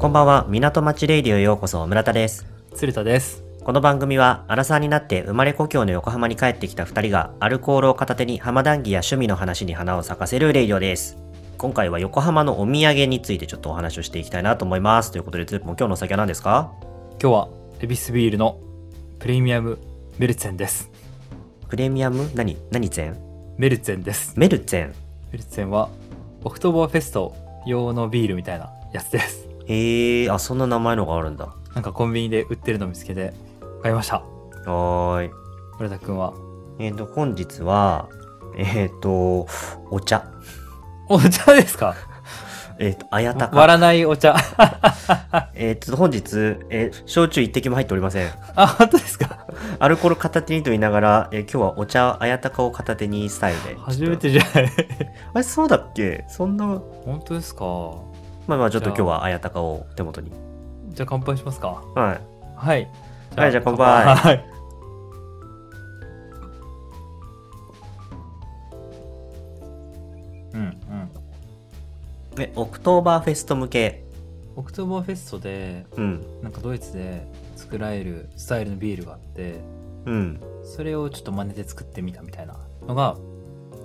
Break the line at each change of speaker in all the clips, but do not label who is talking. こんばんは、港町レイディオへようこそ、村田です。
鶴田です。
この番組は、アラサーになって生まれ故郷の横浜に帰ってきた二人が、アルコールを片手に浜談義や趣味の話に花を咲かせるレイディオです。今回は横浜のお土産についてちょっとお話をしていきたいなと思います。ということで、つーくんも今日のお酒は何ですか
今日はエビスビールのプレミアムメルツェンです。
プレミアム何何ツェン
メルツェンです。
メルツェン。
メルツェンはオクトーバーフェスト用のビールみたいなやつです。
へえ、あ、そんな名前のがあるんだ。
なんかコンビニで売ってるの見つけて買いました。
はーい。
村田くんは
えっ、と、本日は、えっ、と、お茶。
お茶ですか？
えっ、と、あやたか。
割らないお茶。
えー、ちょっと本日、えー焼酎一滴も入っておりません。
あ本当で すか？
アルコール片手にと言いながら、えー今日はお茶、綾鷹を片手にスタイルで。
初め。てじゃない。
あれ、そうだっけそんな。
本当ですか？
まあまあ、ちょっと今日は綾鷹を手元に。
じゃあ乾杯しますか。
はい。
はい。
はいじゃあ乾杯
はい。うんうん。
え、オクトーバーフェスト向け。
オクトーバーフェストで
うん。
なんかドイツで作られるスタイルのビールがあって
うん。
それをちょっと真似て作ってみたみたいなのが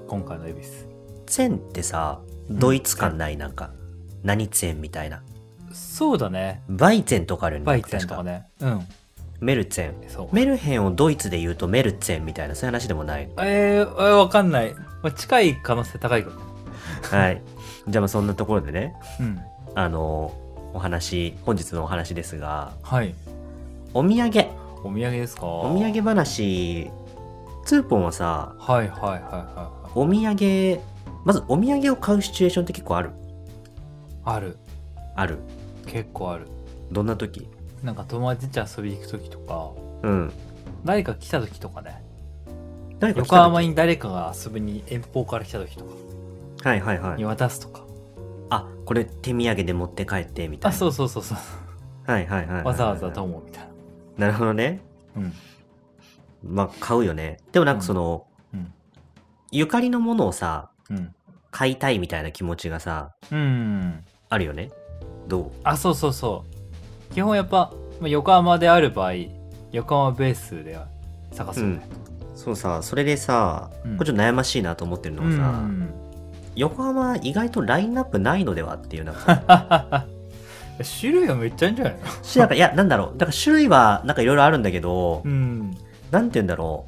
今回の恵比寿
ツェンってさ、ドイツ感ない、なんか。何ツェンみたいな。
そうだね
バイツェンとかあるよね。
バイツェンとか
確か
ねうん
メルツェン。
そう
メルヘンをドイツで言うとメルツェンみたいな、そういう話でも ない。
えー、えーわかんない、まあ、近い可能性高いけどね
はい。じゃあまあそんなところでね。
うん
あのお話本日のお話ですが
はい
お土産
お土産ですか
お土産話ツーポンはさ
はいはいはいはいはい
お土産まずお土産を買うシチュエーションって結構ある
ある
ある
結構ある
どんな時
なんか友達と遊び行く時とか
うん
誰か来た時とかね
誰か来
横
た
浜
時
に誰かが遊びに遠方から来た時とか
はいはいは
に
い
渡すとか、
あこれ手土産で持って帰ってみたい
あ
な
そうそうそうそう
はいはいはいはい
わざわざと思うみたいな。
なるほどね
うん。
まあ買うよねでもなんかその、
うん。
ゆかりのものをさ
うん。
買いたいみたいな気持ちがさ
うん。
あるよねど
あ、そうそうそう。基本やっぱ、まあ横浜である場合、横浜ベースでは探すよね。
うそうさそれでさ、
うん
これちょっと悩ましいなと思ってるの
う
が
ん。
さ、横浜意外とラインナップないのではっていうなんか
種類はめっちゃいいんじゃないの
しなんかいやなんだろうだから種類はなんかいろいろあるんだけど、
ん。
なんて言うんだろ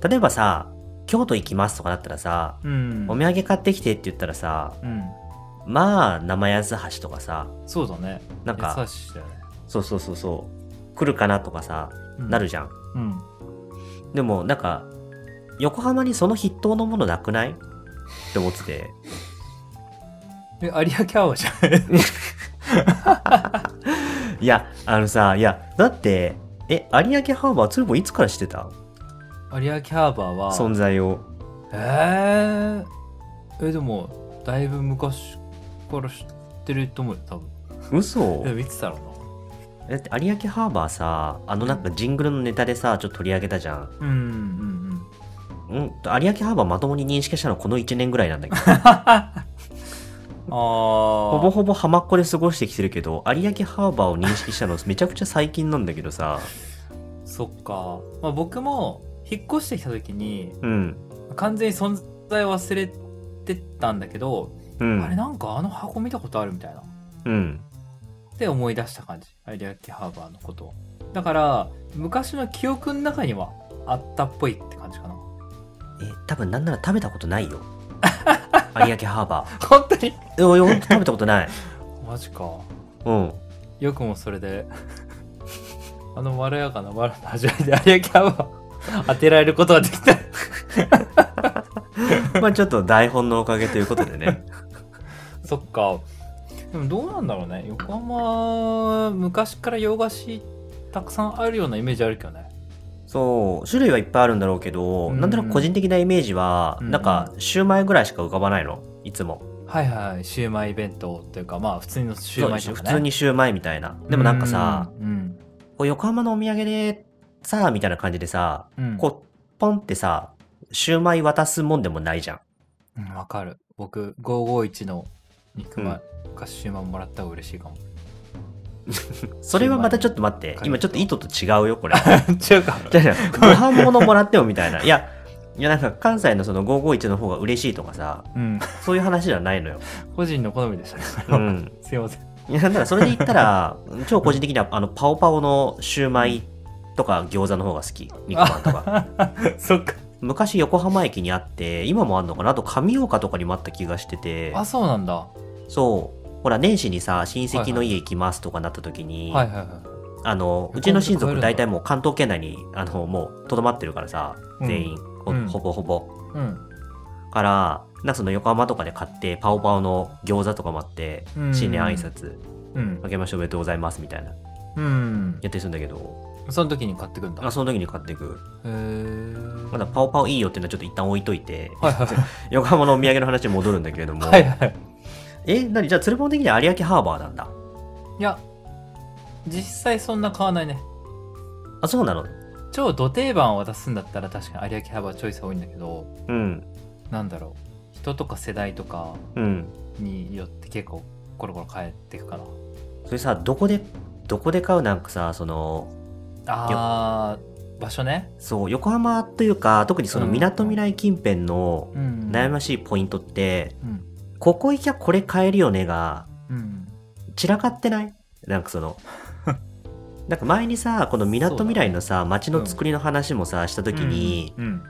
う例えばさ京都行きますとかだったらさ、
うん。
お土産買ってきてって言ったらさ
うん。
まあ生八つ橋とかさ
そうだね。
なん
優
か
しいだよね。
そうそうそうそう来るかなとかさ
うん
なる。じゃん、
うん。
でもなんか横浜にその筆頭のものなくないって思ってて
え、有明アワーじゃない
いやあのさいやだってえ有明ハーバー鶴もいつからしてた
有明ハーバーは、
存在を
えー、え、でも、だいぶ昔から知ってると思うよ、多分。
嘘
でもいつだろう
だって有明ハーバーさあのなんかジングルのネタでさちょっと取り上げたじゃん
な。うんうんうん。
うん有明ハーバーまともに認識したのこの1年ぐらいなんだけ ど
あ
ほぼ
あ。
ほぼ浜っ子で過ごしてきてるけど有明ハーバーを認識したのめちゃくちゃ最近なんだけどさ
そっか。まあ、僕も、引っ越してきた時に、
うん
完全に存在忘れてたんだけど、
うん
あれなんかあの箱見たことあるみたいな。
うん
で思い出した感じ。有明ハーバーのことを。だから、昔の記憶の中にはあったっぽいって感じかな。
え多分なんなら食べたことないよ 有明ハーバ
本当に
ーえ俺ほんと食べたことない
マジか。
うん
よくもそれで、 あのまろやかなバラの味わいで有明ハーバー 当てられることができた。
まあちょっと台本のおかげということで ね
そっか。でもどうなんだろうね。横浜、昔から洋菓子たくさんあるようなイメージあるけどね。
そう種類はいっぱいあるんだろうけど、
うん
なんとなく個人的なイメージは、
うん
なんかシューマイぐらいしか浮かばないのいつも
はいはい、シューマイ弁当っていうか、まあ普通のシュ
そう
ーマイとかね。
普通にシューマイみたいなでもなんかさ、
うん、
こう横浜のお土産でさみたいな感じでさ
うん。うん。
こうポンってさシューマイ渡すもんでもないじゃん
うんわかる。僕、551の肉まんかシューマイもらった方が嬉しいかも。
それはまたちょっと待って
は。い
今ちょっと意図と違うよ、これ。
違うか。
じゃあじゃあご飯物もらってもみたいな。いや、いやなんか関西のその551の方が嬉しいとかさ、
うん。
そういう話じゃないの よ。
個人の好みでしたね。
うん。
すいません。
いや、だからそれで言ったら、超個人的には、あの、パオパオのシューマイとか餃子の方が好き。肉まんとか。
そっか。
昔横浜駅にあって、今もあんのかなあと上岡とかにもあった気がしてて、
あ、そうなんだ。は
そう。ほら、年始にさ、親戚の家行きますとかなった時に、
いはいは
あの、
え
うちの親
今度帰る
族
んだ
大体もう関東圏内に、あの、もう、とどまってるからさ、
うん
全員、ほ
うん
ほぼほぼ。
い。うん。
から、なんかその横浜とかで買って、パオパオの餃子とかもあって
う、ん
新年挨拶、
うん
明。けましておめでとうございますみたいな、や
うん。
ったりするんだけど、
その時に買ってくんだ。
あその時に買っていく。
へー
まだパオパオいいよっていうのはちょっと一旦置いといて、
はいはい
横浜のお土産の話に戻るんだけれども、
はいはい。
え、なにじゃあ鶴本的には有明ハーバーなんだ。
いや、実際そんな買わないね。
あ、そうなの
超ド定番を渡すんだったら確かに有明ハーバーチョイスは多いんだけど、
うん、
なんだろう。人とか世代とか
うん。
によって結構コロコロ変えていくかな。
それさ、どこで、どこで買うなんかさ、その、
あー、場所ね。
そう、横浜というか、特にその
うん
港未来近辺の
うん。
悩ましいポイントって、
うん。
ここ行きゃこれ買えるよねが、
うん。
散らかってないなんかそのなんか前にさこのみなとみらいのさ街の作りの話もさした時に
うん。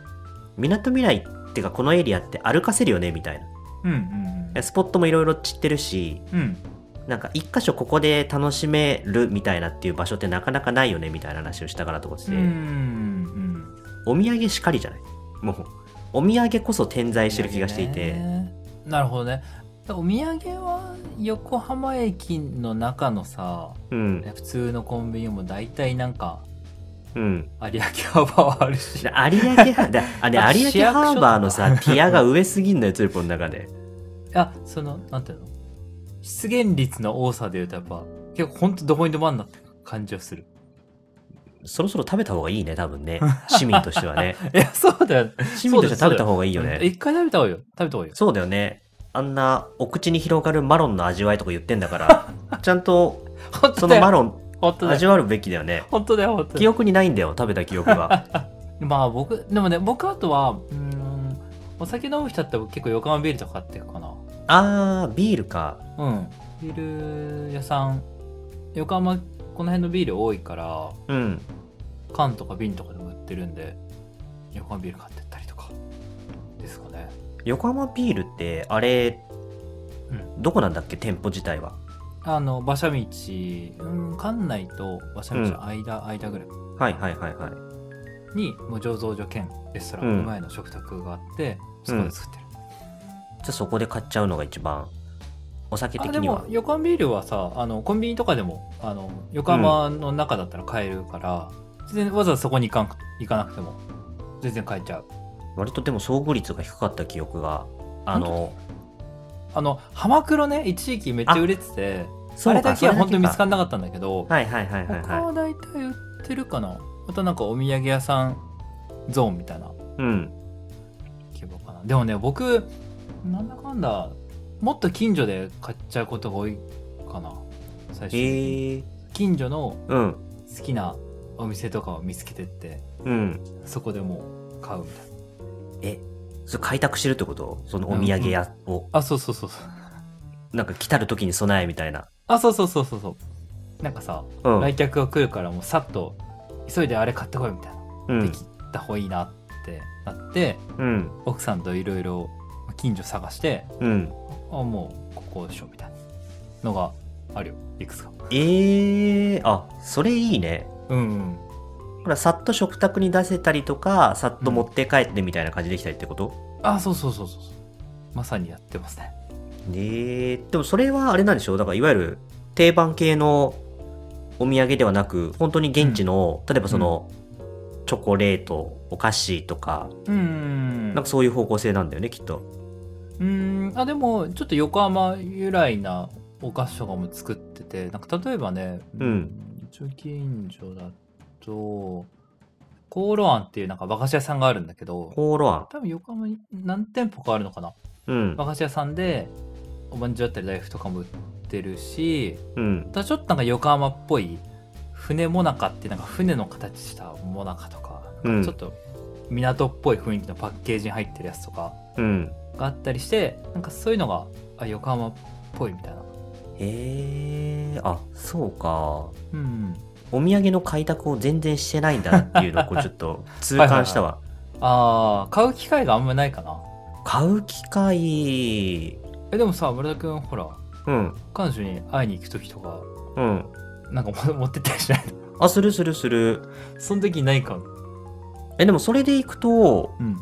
みなとみらいってかこのエリアって歩かせるよねみたい
うん。うん。
なスポットもいろいろ散ってるし
うん。
なんか一箇所ここで楽しめるみたいなっていう場所ってなかなかないよねみたいな話をしたからと思って
う
て、
ん。
お土産しかりじゃないもうお土産こそ点在してる気がしていて、
ねなるほどねお土産は横浜駅の中のさ
うん
普通のコンビニも大体なんか
うん
有明ハーバーはあるし
で有明ハであ
あ
れ有
市
明
役所
ハーバーのさティアが上すぎんのよツルポの中で
あそのなんていうの出現率の多さでいうとやっぱ結構ほんとどこにでもあんなって感じはする
そろそろ食べた方がいいね、多分ね。市民としては ね。
いやそうだよね
市民としては食べた方がいいよ
うん
ね。
一回食べた方がいいよ食べた方がいいよ
そうだよね。あんなお口に広がるマロンの味わいとか言ってんだ から、ちゃんと
本
そ
当だ
のマ
よ
ロン
本当だよ
味わうべきだよね。
本当だよ本当だよ
記憶にないんだよ、食べた記憶が。
まあ僕でもね僕あとはうーんお酒飲む人だったら結構横浜ビールとか買っていくかな
あー、ビールか。
うん、ビール屋さん横浜この辺のビール多いから
うん。
缶とか瓶とかでも売ってるんで横浜ビール買ってったりとかですかね
横浜ビールって、あれ、
うん
どこなんだっけ、店舗自体は。
あの馬車道うん館内と馬車道の間、間ぐらい
はいはいはいはい。
にもう醸造所兼レストラン
うん
の前の食卓があって、そこで作ってる、
じゃあそこで買っちゃうのが一番、お酒的
あで
に
も
は。
横浜ビールはさあのコンビニとかでもあの横浜の中だったら買えるから、全然わざわざそこに行かん行かなくても全然買えちゃう
割とでも遭遇率が低かった記憶が、あの、
あの浜黒ね一時期めっちゃ売れててあ
そう
れ
か
だけは本当に見つ
それだ
からなかったんだけど
けかはいはいはいはい
他
はい。
は大体売ってるかなまたなんかお土産屋さんゾーンみたいな
うん。
規模かなでもね僕なんだかんだもっと近所で買っちゃうことが多いかな最初
へ
に
えー。
近所の
うん。
好きなお店とかを見つけてって
うん。
そこでもう買うみたいな
え、それ開拓してるってことそのお土産屋を、
あそうそうそうそう
なんか来たる時に備えみたいな。
あそうそうそうそうそうなんかさ、
うん。
来客が来るからもうさっと急いであれ買ってこいみたいな
うん
できた方がいいなってなって、
うん。
奥さんといろいろ近所探して
うん。
あもうここでしょみたいなのがあるよいくつか
ええー、あ、それいいね。
うん、うん、
ほら、さっと食卓に出せたりとか、さっと持って帰ってみたいな感じできたりってこと、
あそうそうそうそうそうまさにやってますね
えー、でもそれはあれなんでしょうだからいわゆる定番系のお土産ではなく、本当に現地の、例えばその、チョコレート、お菓子とか、
うん
なんかそういう方向性なんだよね、きっと。
うんあでもちょっと横浜由来なお菓子とかも作っててなんか例えばね
うん
一応近所だとコーロアンっていうなんか和菓子屋さんがあるんだけど
コーロアン。
多分横浜に何店舗かあるのかな
うん。
和菓子屋さんでおまんじゅうだったり大福とかも売っってるし
うん。
あとはちょっとなんか横浜っぽい船もなかってなんか船の形したもなかとか
うん
ちょっと港っぽい雰囲気のパッケージに入ってるやつとか
うん。
があったりしてなんかそういうのがあ横浜っぽいみたいな
へえ、あ、そうか。
うん
お土産の開拓を全然してないんだなっていうのをこうちょっと痛感した わ。
あー買う機会があんまないかな
買う機会、
えでもさ村田君ほら
うん、
彼女に会いに行く時とか
うん。
なんかも持ってったりしないの
あ、するするする。
その 時ないか
え、でもそれで行くと、
うん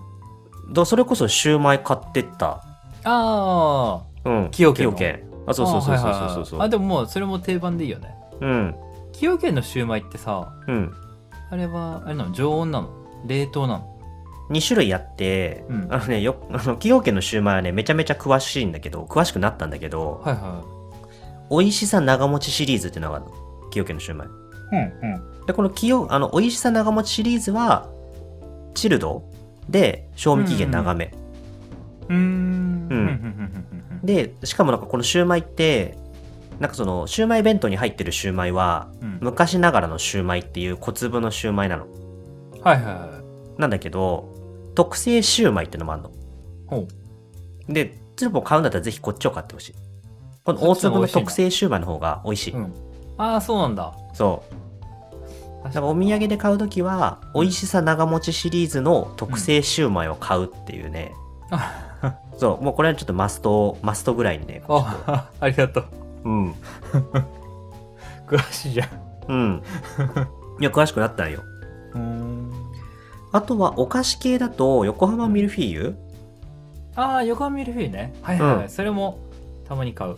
だそれこそシューマイ買ってった。
ああ
うん。
崎陽軒の
軒。あ、そうそうそうそうそうそうそう。
あでももうそれも定番でいいよね
うん。
崎陽軒のシューマイってさ
うん。
あれはあれなの常温なの冷凍なの
2種類あって、
うん
あのね、よ、 あの、崎陽軒のシューマイはね、めちゃめちゃ詳しいんだけど、詳しくなったんだけど、
はいは
美味しさ長持ちシリーズっていうのがあるの。崎陽軒のシューマイ。
いうんうん
で、この崎陽、あの、美味しさ長持ちシリーズは、チルドで、賞味期限長め。
うーん
う
うんんうんうん
で、しかもなんかこのシューマイって、なんかその、シューマイ弁当に入ってるシューマイは、
うんうん
昔ながらのシューマイっていう小粒のシューマイなの。
はいはいはい
なんだけど、特製シューマイってのもあるの。
ほ
で、ツルポン買うんだったらぜひこっちを買ってほしい。この
そ
大
っちの
粒
方
の
が美味しいんだ
特製シューマイの方が美味しい。
う、うん、ああそうなんだ
そう。だ
確
か
から
お土産で買うときは、美味しさ長持ちシリーズの特製シューマイを買うっていうね。
あ
そう、もうこれはちょっとマスト、マストぐらいにね。
あ ありがとう
うん。
詳しいじゃ
うん。いや、詳しくなったんよ。
んうん
あとは、お菓子系だと、横浜ミルフィーユ
ああ横浜ミルフィーユねはいはい、はい
うん
それもたまに買う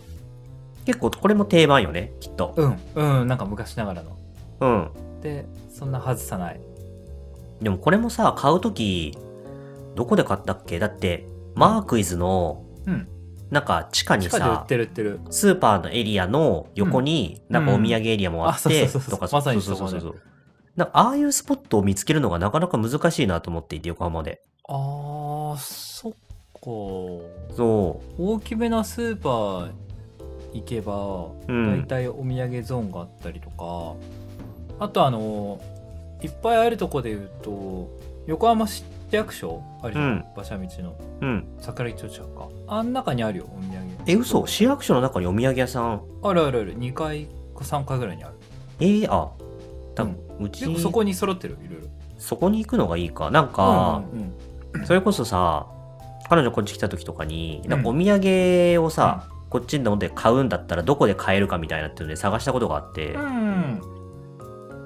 結構、これも定番よね、きっと。
うんうんなんか昔ながらの
うん。
でそんな外さない
でもこれもさ、買うとき、どこで買ったっけだって、マークイズの、
うん
なんか地下に
地下で売
さ
っ、てる売ってる
スーパーのエリアの横に、
うん
なんかお土産エリアもあっ
うん
て、
あそうそうそう
とか
まさに
そうそうそうそ。
そう
なんかああいうスポットを見つけるのがなかなか難しいなと思っていて、横浜で。
あーそっか
そ
大きめなスーパー行けば
う。う
大
ん。
体お土産ゾーンがあったりとか、あとあのいっぱいあるとこで言うと横浜市役所あるじゃん、
うん
馬車道の
うん。
桜木町近くかあん中にあるよお土産
え、嘘市役所の中にお土産屋さん。
あるあるある2階か3階ぐらいにある
ええあ、多分、うち
結、構そこに揃ってるいろいろ
そこに行くのがいいか。なんか、
うんうん
それこそさ、彼女こっち来た時とかに、
うん
なんかお土産をさ、こっちので買うんだったらどこで買えるかみたいなっていうので探したことがあって
う、ん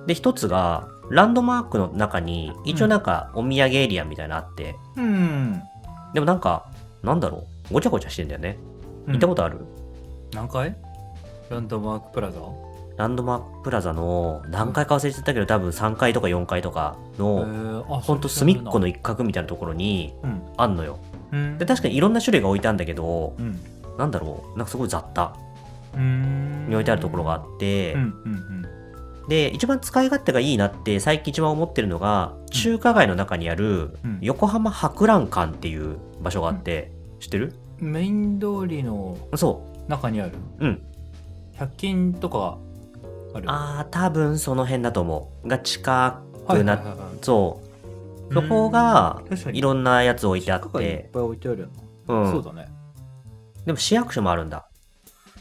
で、一つが、ランドマークの中に、一応なんかお土産エリアみたいなのあって、
うん
でもなんか、なんだろう、ごちゃごちゃしてんだよね。行ったことある、
何階ランドマークプラザ
ランドマークプラザの何階か忘れちゃったけど、多分3階とか4階とか
え
の、
ー、あ
ほんと隅っこ
の
の一角みたいなところに
うん
あんのよ。
うん
で、確かにいろんな種類が置いてあるんだけど、
うん
なんだろう、なんかすごい雑多
うん
に置いてあるところがあって、
うんうん
で一番使い勝手がいいなって最近一番思ってるのが中華街の中にある
うん
横浜博覧館っていう場所があって、知ってる
うんメイン通りの
そ
中にある
ううん
100均とかある
あー多分その辺だと思うが近
はい
く
は
な、
いはいはい
そうそこが
うん確かに
いろんなやつ置いてあ
地
っ、
下がいってぱい置いてあるよね
うん、
そうだね
でも市役所もあるんだ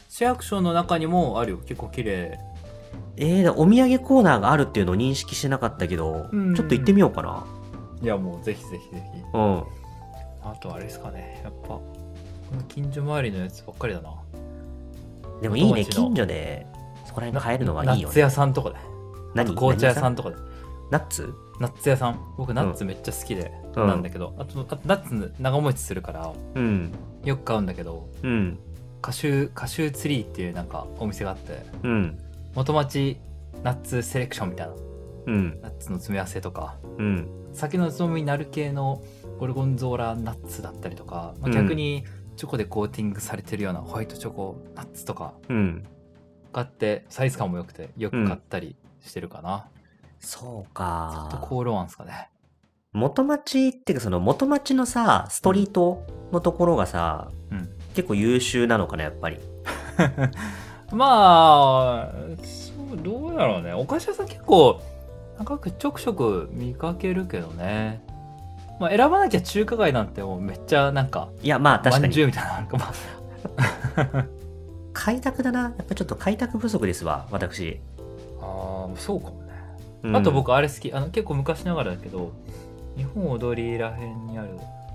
市役所の中にもあるよ結構綺麗
えー、お土産コーナーがあるっていうのを認識してなかったけど、
うん
ちょっと行ってみようかない
やもうぜひぜひぜひ
うん
あとあれですかねやっぱこの近所周りのやつばっかりだな
でもいいね
お友達の
近所でそこら辺買えるのはいいよ
ナッツ
ね
屋さんとかで
何
紅茶屋さ
ん
んとかで
ナッツ
ナッツ屋さん僕ナッツめっちゃ好きで、
うん
なんだけどあとあとナッツ長持ちするから
うん
よく買うんだけど
うん
カシューカシューツリーっていうなんかお店があって
うん
元町ナッツセレクションみたいな
うん
ナッツの詰め合わせとか
うん
酒のつまみになる系のゴルゴンゾーラナッツだったりとか、まあ、
うん
逆にチョコでコーティングされてるようなホワイトチョコナッツとか
うん
買ってサイズ感も良くてよく買ったりしてるかな、
そう
あと
か
コーロワンですかね
元町っていうかその元町のさストリートのところがさ、
うん
結構優秀なのかなやっぱり
まあそうどうやろうねお菓子屋さん結構長くちょくちょく見かけるけどねまあ選ばなきゃ中華街なんてもうめっちゃなんか
いや、まあ
ま
確か
んじ
に。
ゅうみたいなのあるかも
開拓だな。やっぱちょっと開拓不足ですわ、私。
ああそうかもね
うん
あと、僕あれ好きあの結構昔ながらだけど日本踊りらへんにある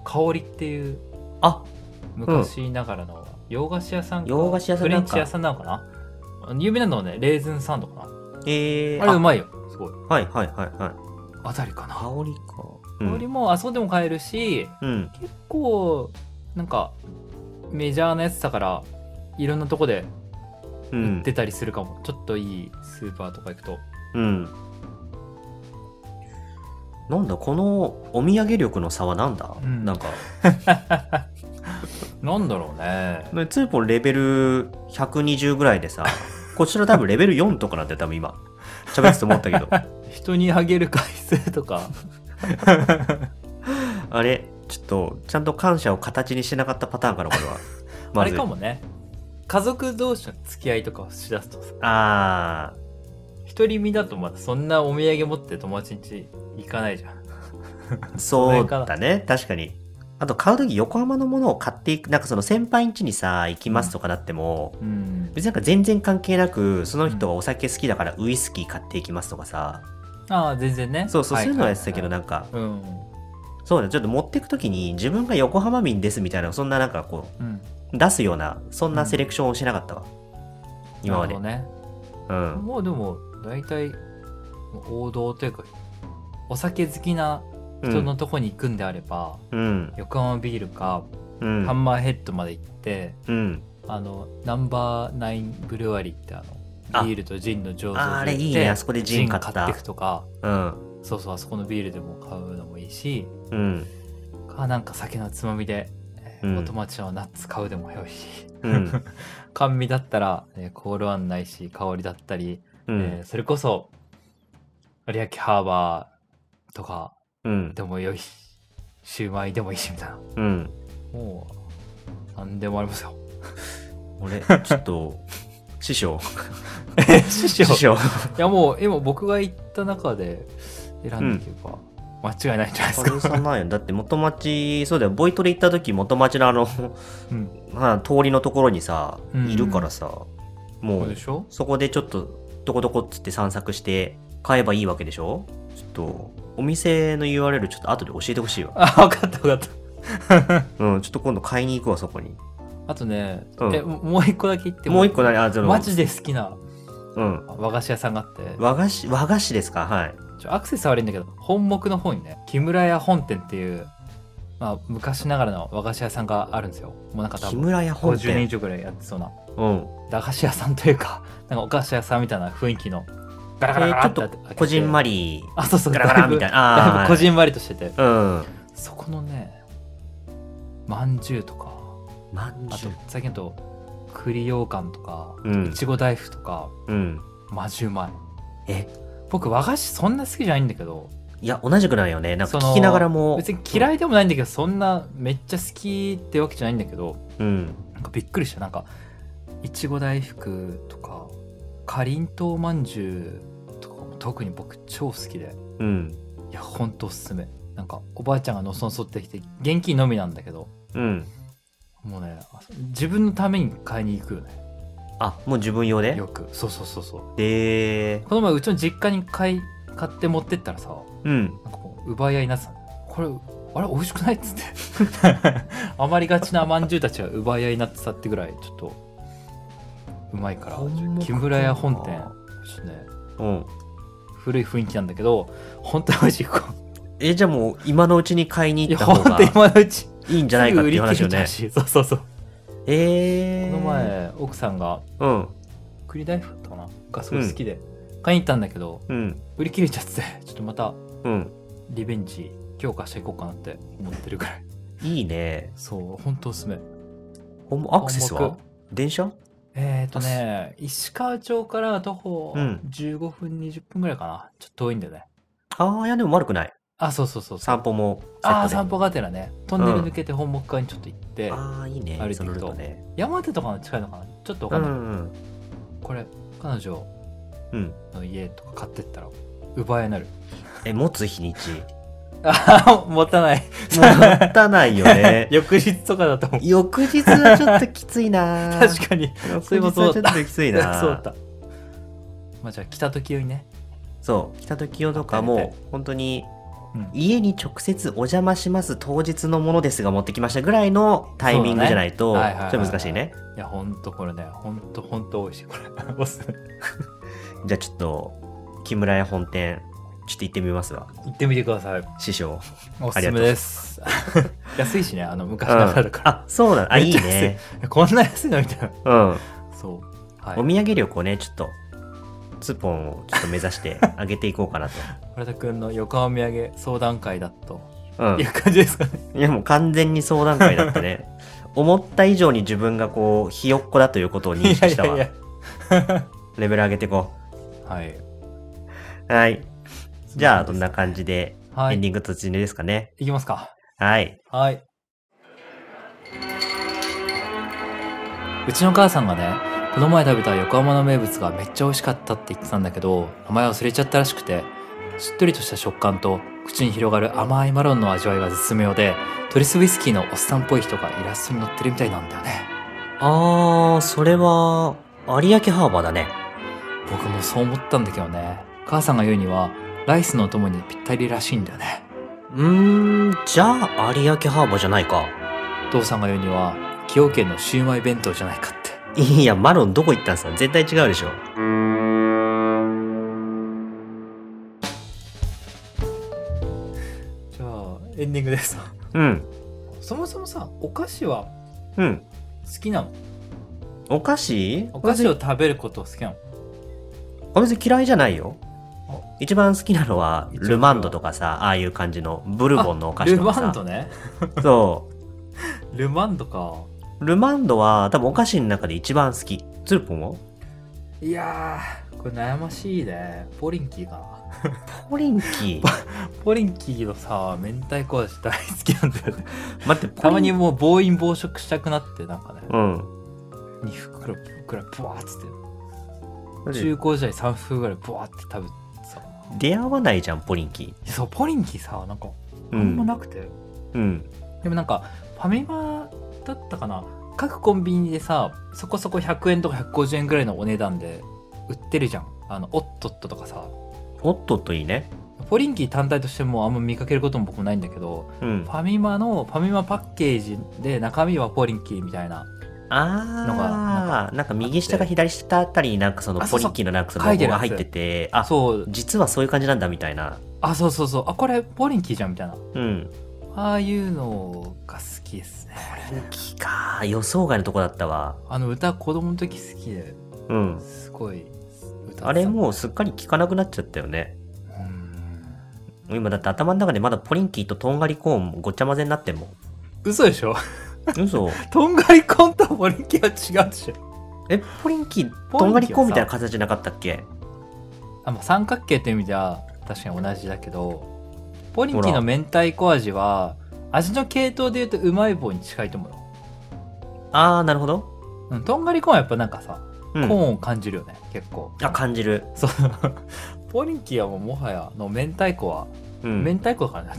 香りっていう
あ
昔ながらの洋菓子屋さんか
洋菓子屋さん
フレ
なんか
ンチ屋さんなのかなあの有名なのはねレーズンサンドか
えー、
なあれうまいよすごい
あはいはいはいはい。
あたりかな
香りか。うん
香りもあそこでも買えるし
うん。
結構なんかメジャーなやつだからいろんなとこで
う
売
ん
っ。てたりするかも、ちょっといいスーパーとか行くと
うん。なんだ、このお土産力の差はなんだ、
うん
なんか、
なんだろうね
ねツーポンレベル120ぐらいで さ、こちら多分レベル4とかなんて多分今、喋ってて思った けど、
人にあげる回数とか
あれ、ちょっと、ちゃんと感謝を形にしてなかったパターンかな、これは。
あ
まず
れ
い
かもね家族同士の付き合いとかをしだすとさ
あ
一人身だとまだそんなお土産持って友達ん家行かないじゃん
ー、そうだね、確かに。あと、買うとき横浜のものを買っていく、なんかその先輩ん家にさ、行きますとかなっても、
うん
別になんか全然関係なく、その人がお酒好きだからウイスキー買っていきますとかさ、
ああ全然ね
そうそう、そういうのはやってたけど、
な
なんか、
うん
そうね、ちょっと持ってくときに自分が横浜民ですみたいな、そんななんかこ
うん
う、出すような、そんなセレクションをしなかったわ。今まで。
なるほどね
うん。
もうでも大体王道というかお酒好きな
う
人
ん
のとこに行くんであれば、
うん。
横浜ビールか、
う
ハ
ん。
ンマーヘッドまで行って
うん。
あのナンバーナインブルワリーってあ
あ
のビールとジンの醸造所
ああれ
行って
いいねあそこでジン買った
ってくとか
うん。
そうそうあそこのビールでも買うのもいいし
うん。
かなんか酒のつまみで、えー
うん
お友達のナッツ買うでもよいし
うん。
甘味だったら、えーコールワンないし香りだったり、
う
えー
ん。
それこそ有明ハーバーとか
うん。
でもよいしシューマイでもいいしみたいな
うん。
もう何でもありますよ
俺、ちょっ と、師匠。
師
師
匠
匠。
いやもう今僕が言った中で選んでいけば間違いないんじゃないですか、
軽さないよ。 だって元町、そうだよ、ボイトレ行った時元町のあの、
うん、
まあ通りのところにさ、
うん
いるからさ、も
そううで、しょ
そこでちょっと、どこどこっつって散策して、買えばいいわけでしょちょっと、お店の URL ちょっと後で教えてほしいわ。
あ分かった分かった
うん、ちょっと今度買いに行くわ、そこに。
あとね、
うん
えももう一個だけ言って
もう一個何あ、その、
マジで好きな
うん。
和菓子屋さんがあって
和菓子、和菓子ですかはい。
ちょアクセスは悪いんだけど本目の方にね木村屋本店っていう、まあ、昔ながらの和菓子屋さんがあるんですよもうなんか多
木
分
村屋本
50年以
店。
上ぐらいやってそうな
うん。
駄菓子屋さんというか なんかお菓子屋さんみたいな雰囲気のガ
え
ラガラガ
ー
ラ
ちょ
っ
ってと
開けて、、
こじんま り、
あそうそう
ガラガラみたい
な
な。
だい
あ
ぶこ
ー
じんまりとしてて
うん。
そこのねまんじゅうとか
まん
あ
じ
と
ゅう。
最近だと栗羊羹とか
うん
いちご大福とか
うん。
まじうまい
え
僕和菓子そんな好きじゃないんだけど
いや、同じくないよね。なんか
その
聞きながらも。
別に嫌いでもないんだけどそんなめっちゃ好きってわけじゃないんだけど
うん。
なんかびっくりしたなんかいちご大福とかかりんとうまんじゅうとかも特に僕超好きで
うん。
いやほんとおすすめなんかおばあちゃんがのそのそってきて現金のみなんだけど
うん。
もうねあそ自分のために買いに行くよね
あ、もう自分用で
よくそうそうそうそう
で、
この前うちの実家に買い買って持ってったらさ
うん。
なんかこう奪い合いになってたのこれあれ美味しくないっつって 余りがちなまんじゅうたちが奪い合いになってたってぐらいちょっとうまいから
ほんまかな
木村屋本店ちょっとね
うん。
古い雰囲気なんだけ ど本当に美味しいここ
え、じゃあもう今のうちに買いに
い
行っ
や
た方
本
が
当に今のうち
いいんじゃないかっていう話よ
すぐ売
ね
り切。れちゃうしそうそうそう、
えー。
この。前奥さんが
うん。
栗大福だったかながすごい好きで、買いに行ったんだけど
うん。
売り切れちゃっててちょっとまた
うん。
リベンジ強化していこうかなって思ってるぐらい
いいね。
そう本当おすすめ
ほんアクセス
本
は
木
電車
えっ、ー、とね石川町から徒歩
うん
15分、20分ぐらいかなちょっと遠いんだよね
ああ、いやでも悪くない。
あそうそうそうそう
散歩もセ
あ
ッ
あ
トで。
散歩がてらねトンネル抜けて本木側にちょっと行って、
ああ、いいね
歩。いて
そ
いく
の
と
ルートね。
山手とかの近いのかなちょっとわ
う
かんない、
んうん。
これ彼女
うん。
の家とか買ってったら奪えなる
え、持つ日にち。
あ持たない。
もったないよね
翌日とかだと思う
翌日はちょっときついな
確かに
に
それも
はち
そ
ょ
う
っときついな
そうだったまあじゃあ来た時よりね
そう北時代とか
はいは
も
いう
本当に
うん
家に直接お邪魔します当日のものですが持ってきましたぐらいのタイミングじゃないと
そうだねはいはいはいはい
ちょっと難しいね
いやほんとこれねほんとほんと美味しいこれ おすすめ
じゃあちょっと木村屋本店ちょっと行ってみますわ
行ってみてください
師匠
おすすめです 安いしねあの昔ながらだから、
あそうなのあいい ね
こんな安いのみたいな
うんお
そうはい
土産力をねちょっとツポンをちょっと目指して上げていこうかなと
村田君の横浜土産相談会だと
うん
いう感じですかね
いやもう完全に相談会だった ね思った以上に自分がこうひよっこだということを認識したわ
や
レベル上げていこ
はい。
うはいじゃあ、どんな感じで、
は
エン
い。
ディング突入ですかね。
いきますか。
はい。
はい。うちの母さんがね、この前食べた横浜の名物がめっちゃ美味しかったって言ってたんだけど、名前忘れちゃったらしくて、しっとりとした食感と、口に広がる甘いマロンの味わいが絶妙で、トリスウイスキーのおっさんっぽい人がイラストに載ってるみたいなんだよね。
あー、それは、有明ハーバーだね。
僕もそう思ったんだけどね。母さんが言うには、ライスのお供にぴったりらしいんだよね。
うーん、じゃあ、有明ハーバーじゃないか。
父さんが言うには、崎陽軒のシウマイ弁当じゃないかって。
いや、マロンどこ行ったんすか絶対違うでしょ。
じゃあエンディングです。
うん、
そもそもさお菓子は
うん。
好きなの
お菓子
お菓子を食べること好きなの
あ別に嫌いじゃないよ。一番好きなのは、
一番
ルマンドとかさ、ああいう感じのブルボンのお菓子
ル
とかさ。
マンドね。
そ
ルマンドか。
う。ルマンドは、多分お菓子の中で一番好き。ツルポンはい
やーこれ悩ましいね。ポリンキーかな。
ポリンキー。
ポリンキーのさ明太子味大好きなんだよね。
待って、
たまに
ポリン
もう暴飲暴食したくなってなんかね
うん。
2袋くらいブワーっつって
だって
中高時代3袋ぐらいブワーって食べてさ。
出会わないじゃん、ポリンキ
いやそうポリンキーさなんか
ー。
あ
うん
ま
ん。
なくて。
うん。
でもなんかファミマだったかな各コンビニでさそこそこ100円とか150円ぐらいのお値段で売ってるじゃんあのおっとっととかさ
おっとっといいね。
ポリンキー単体としてもあんま見かけることも僕もないんだけど
うん
フ。ァミマのファミマパッケージで中身はポリンキーみたいなのが
あ
な
あ、なんか右下か左下あたりになんかその
あそ
ポ
う
リ
そう
ッキーのなんかその
書いて
ロゴ
る
が
やつ
入ってて、あ、
そう
実はそういう感じなんだみたいな。
あそうそうそうあこれポリンキーじゃんみたいな
うん。
ああいうのが好きですね
キか予想外のとこだったわ。
あの歌子供の時好きで
うん。
すごい歌ってた
あれもうすっかり聞かなくなっちゃったよね。
うん
もう今だって頭の中でまだポリンキーととんがりコーンもごっちゃ混ぜになってんもん。
嘘でしょ
嘘。
とんがりコーンとポリンキーは違うでしょ
え、ポリンキー、
ポリンキーはさ
とんがりコーンみたいな形じゃなかったっけ
あ、まあ、三角形という意味では確かに同じだけどポリンキーの明太子味は味の系統で言うとうまい棒に近いと思うよ、
あー、なるほど。
うん、とんがりコーンはやっぱなんかさ、
う
コー
ん。
ンを感じるよね結構
あ、感じる。
そう ポリンキーはもうもはやの明太子は、
うん。
明太子だからね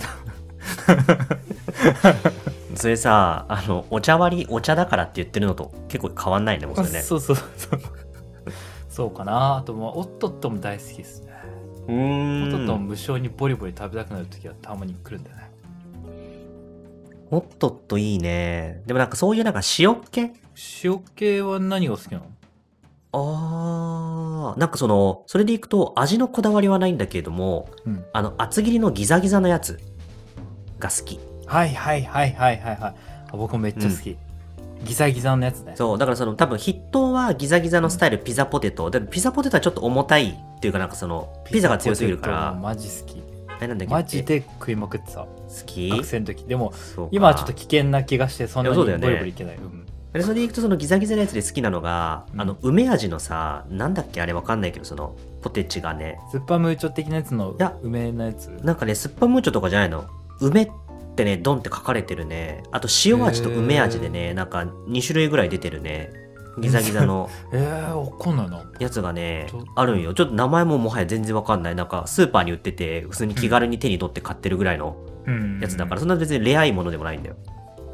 それさあのお茶割りお茶だからって言ってるのと結構変わんないねもうそれね
そうそうそうそうかなあともうおっとっとも大好きですね、
う
おっとっと
ー
も
ん
無性にボリボリ食べたくなる時はたまに来るんだよね
おっとっといいねでもなんかそういうなんか塩っ気
塩系は何が好きなの
あーなんかそのそれでいくと味のこだわりはないんだけれども、
うん
あの厚切りのギザギザのやつが好き
はいはいはいはいはいはいあ僕もめっちゃ好き、ギザギザのやつね
そうだからその多分筆頭はギザギザのスタイルピザポテトでもピザポテトはちょっと重たいっていうかなんかそのピザが強すぎるか
ポテト
ら
マジ好き
あれなんだっけ
マジで食いまくってた
好き
学生の時でも
そうか
今はちょっと危険な気がしてそんないに
やそ
ボ
うだよ
リ
ね
ボリいけないうん
でそれでいくとそのギザギザのやつで好きなのが、
うん
あの梅味のさなんだっけあれわかんないけどそのポテチがね
スッパムーチョ的なやつの
いや
梅のやつ
なんかねスッパムーチョとかじゃないの梅ってねドンって書かれてるねあと塩味と梅味でねなんか2種類ぐらい出てるねギザギザの
えー、怒んないな
やつがね
ちょ
あるん よちょっと名前ももはや全然わかんないなんかスーパーに売ってて普通に気軽に手に取って買ってるぐらいのやつだからそんな別にレアいものでもないんだよ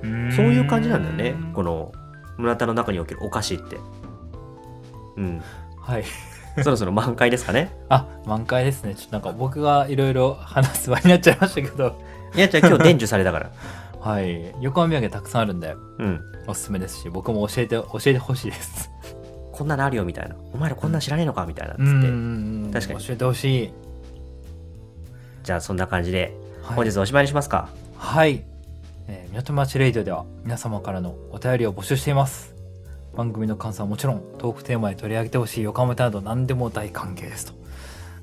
そういう感じなんだよねこの村田の中におけるお菓子ってうん
はい
そろそろ満開ですかね
あ満開ですねちょっとなんか僕がいろいろ話す場になっちゃいましたけど
いやじゃあ今日伝授された から
はい横浜土産たくさんあるんで
うん
おすすめですし僕も教えて教えてほしいです
こんなのあるよみたいなお前らこんなん知らねえのかみたいなっつ
うんう
っ
んうん
確かに
教えてほしい、
てじゃあそんな感じで
はい、
本日おしまいにしますか
はい、えー、港町レイドでは皆様からのお便りを募集しています番組の感想はもちろんトークテーマに取り上げてほしい横浜タなど何でも大歓迎ですと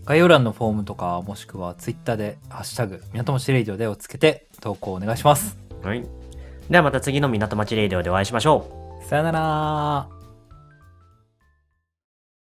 概要欄のフォームとかもしくはツイッターで「ハッシュタグ港町レイドで」をつけて投稿お願いします
はいではまた次の港町レイディオでお会いしましょう
さよなら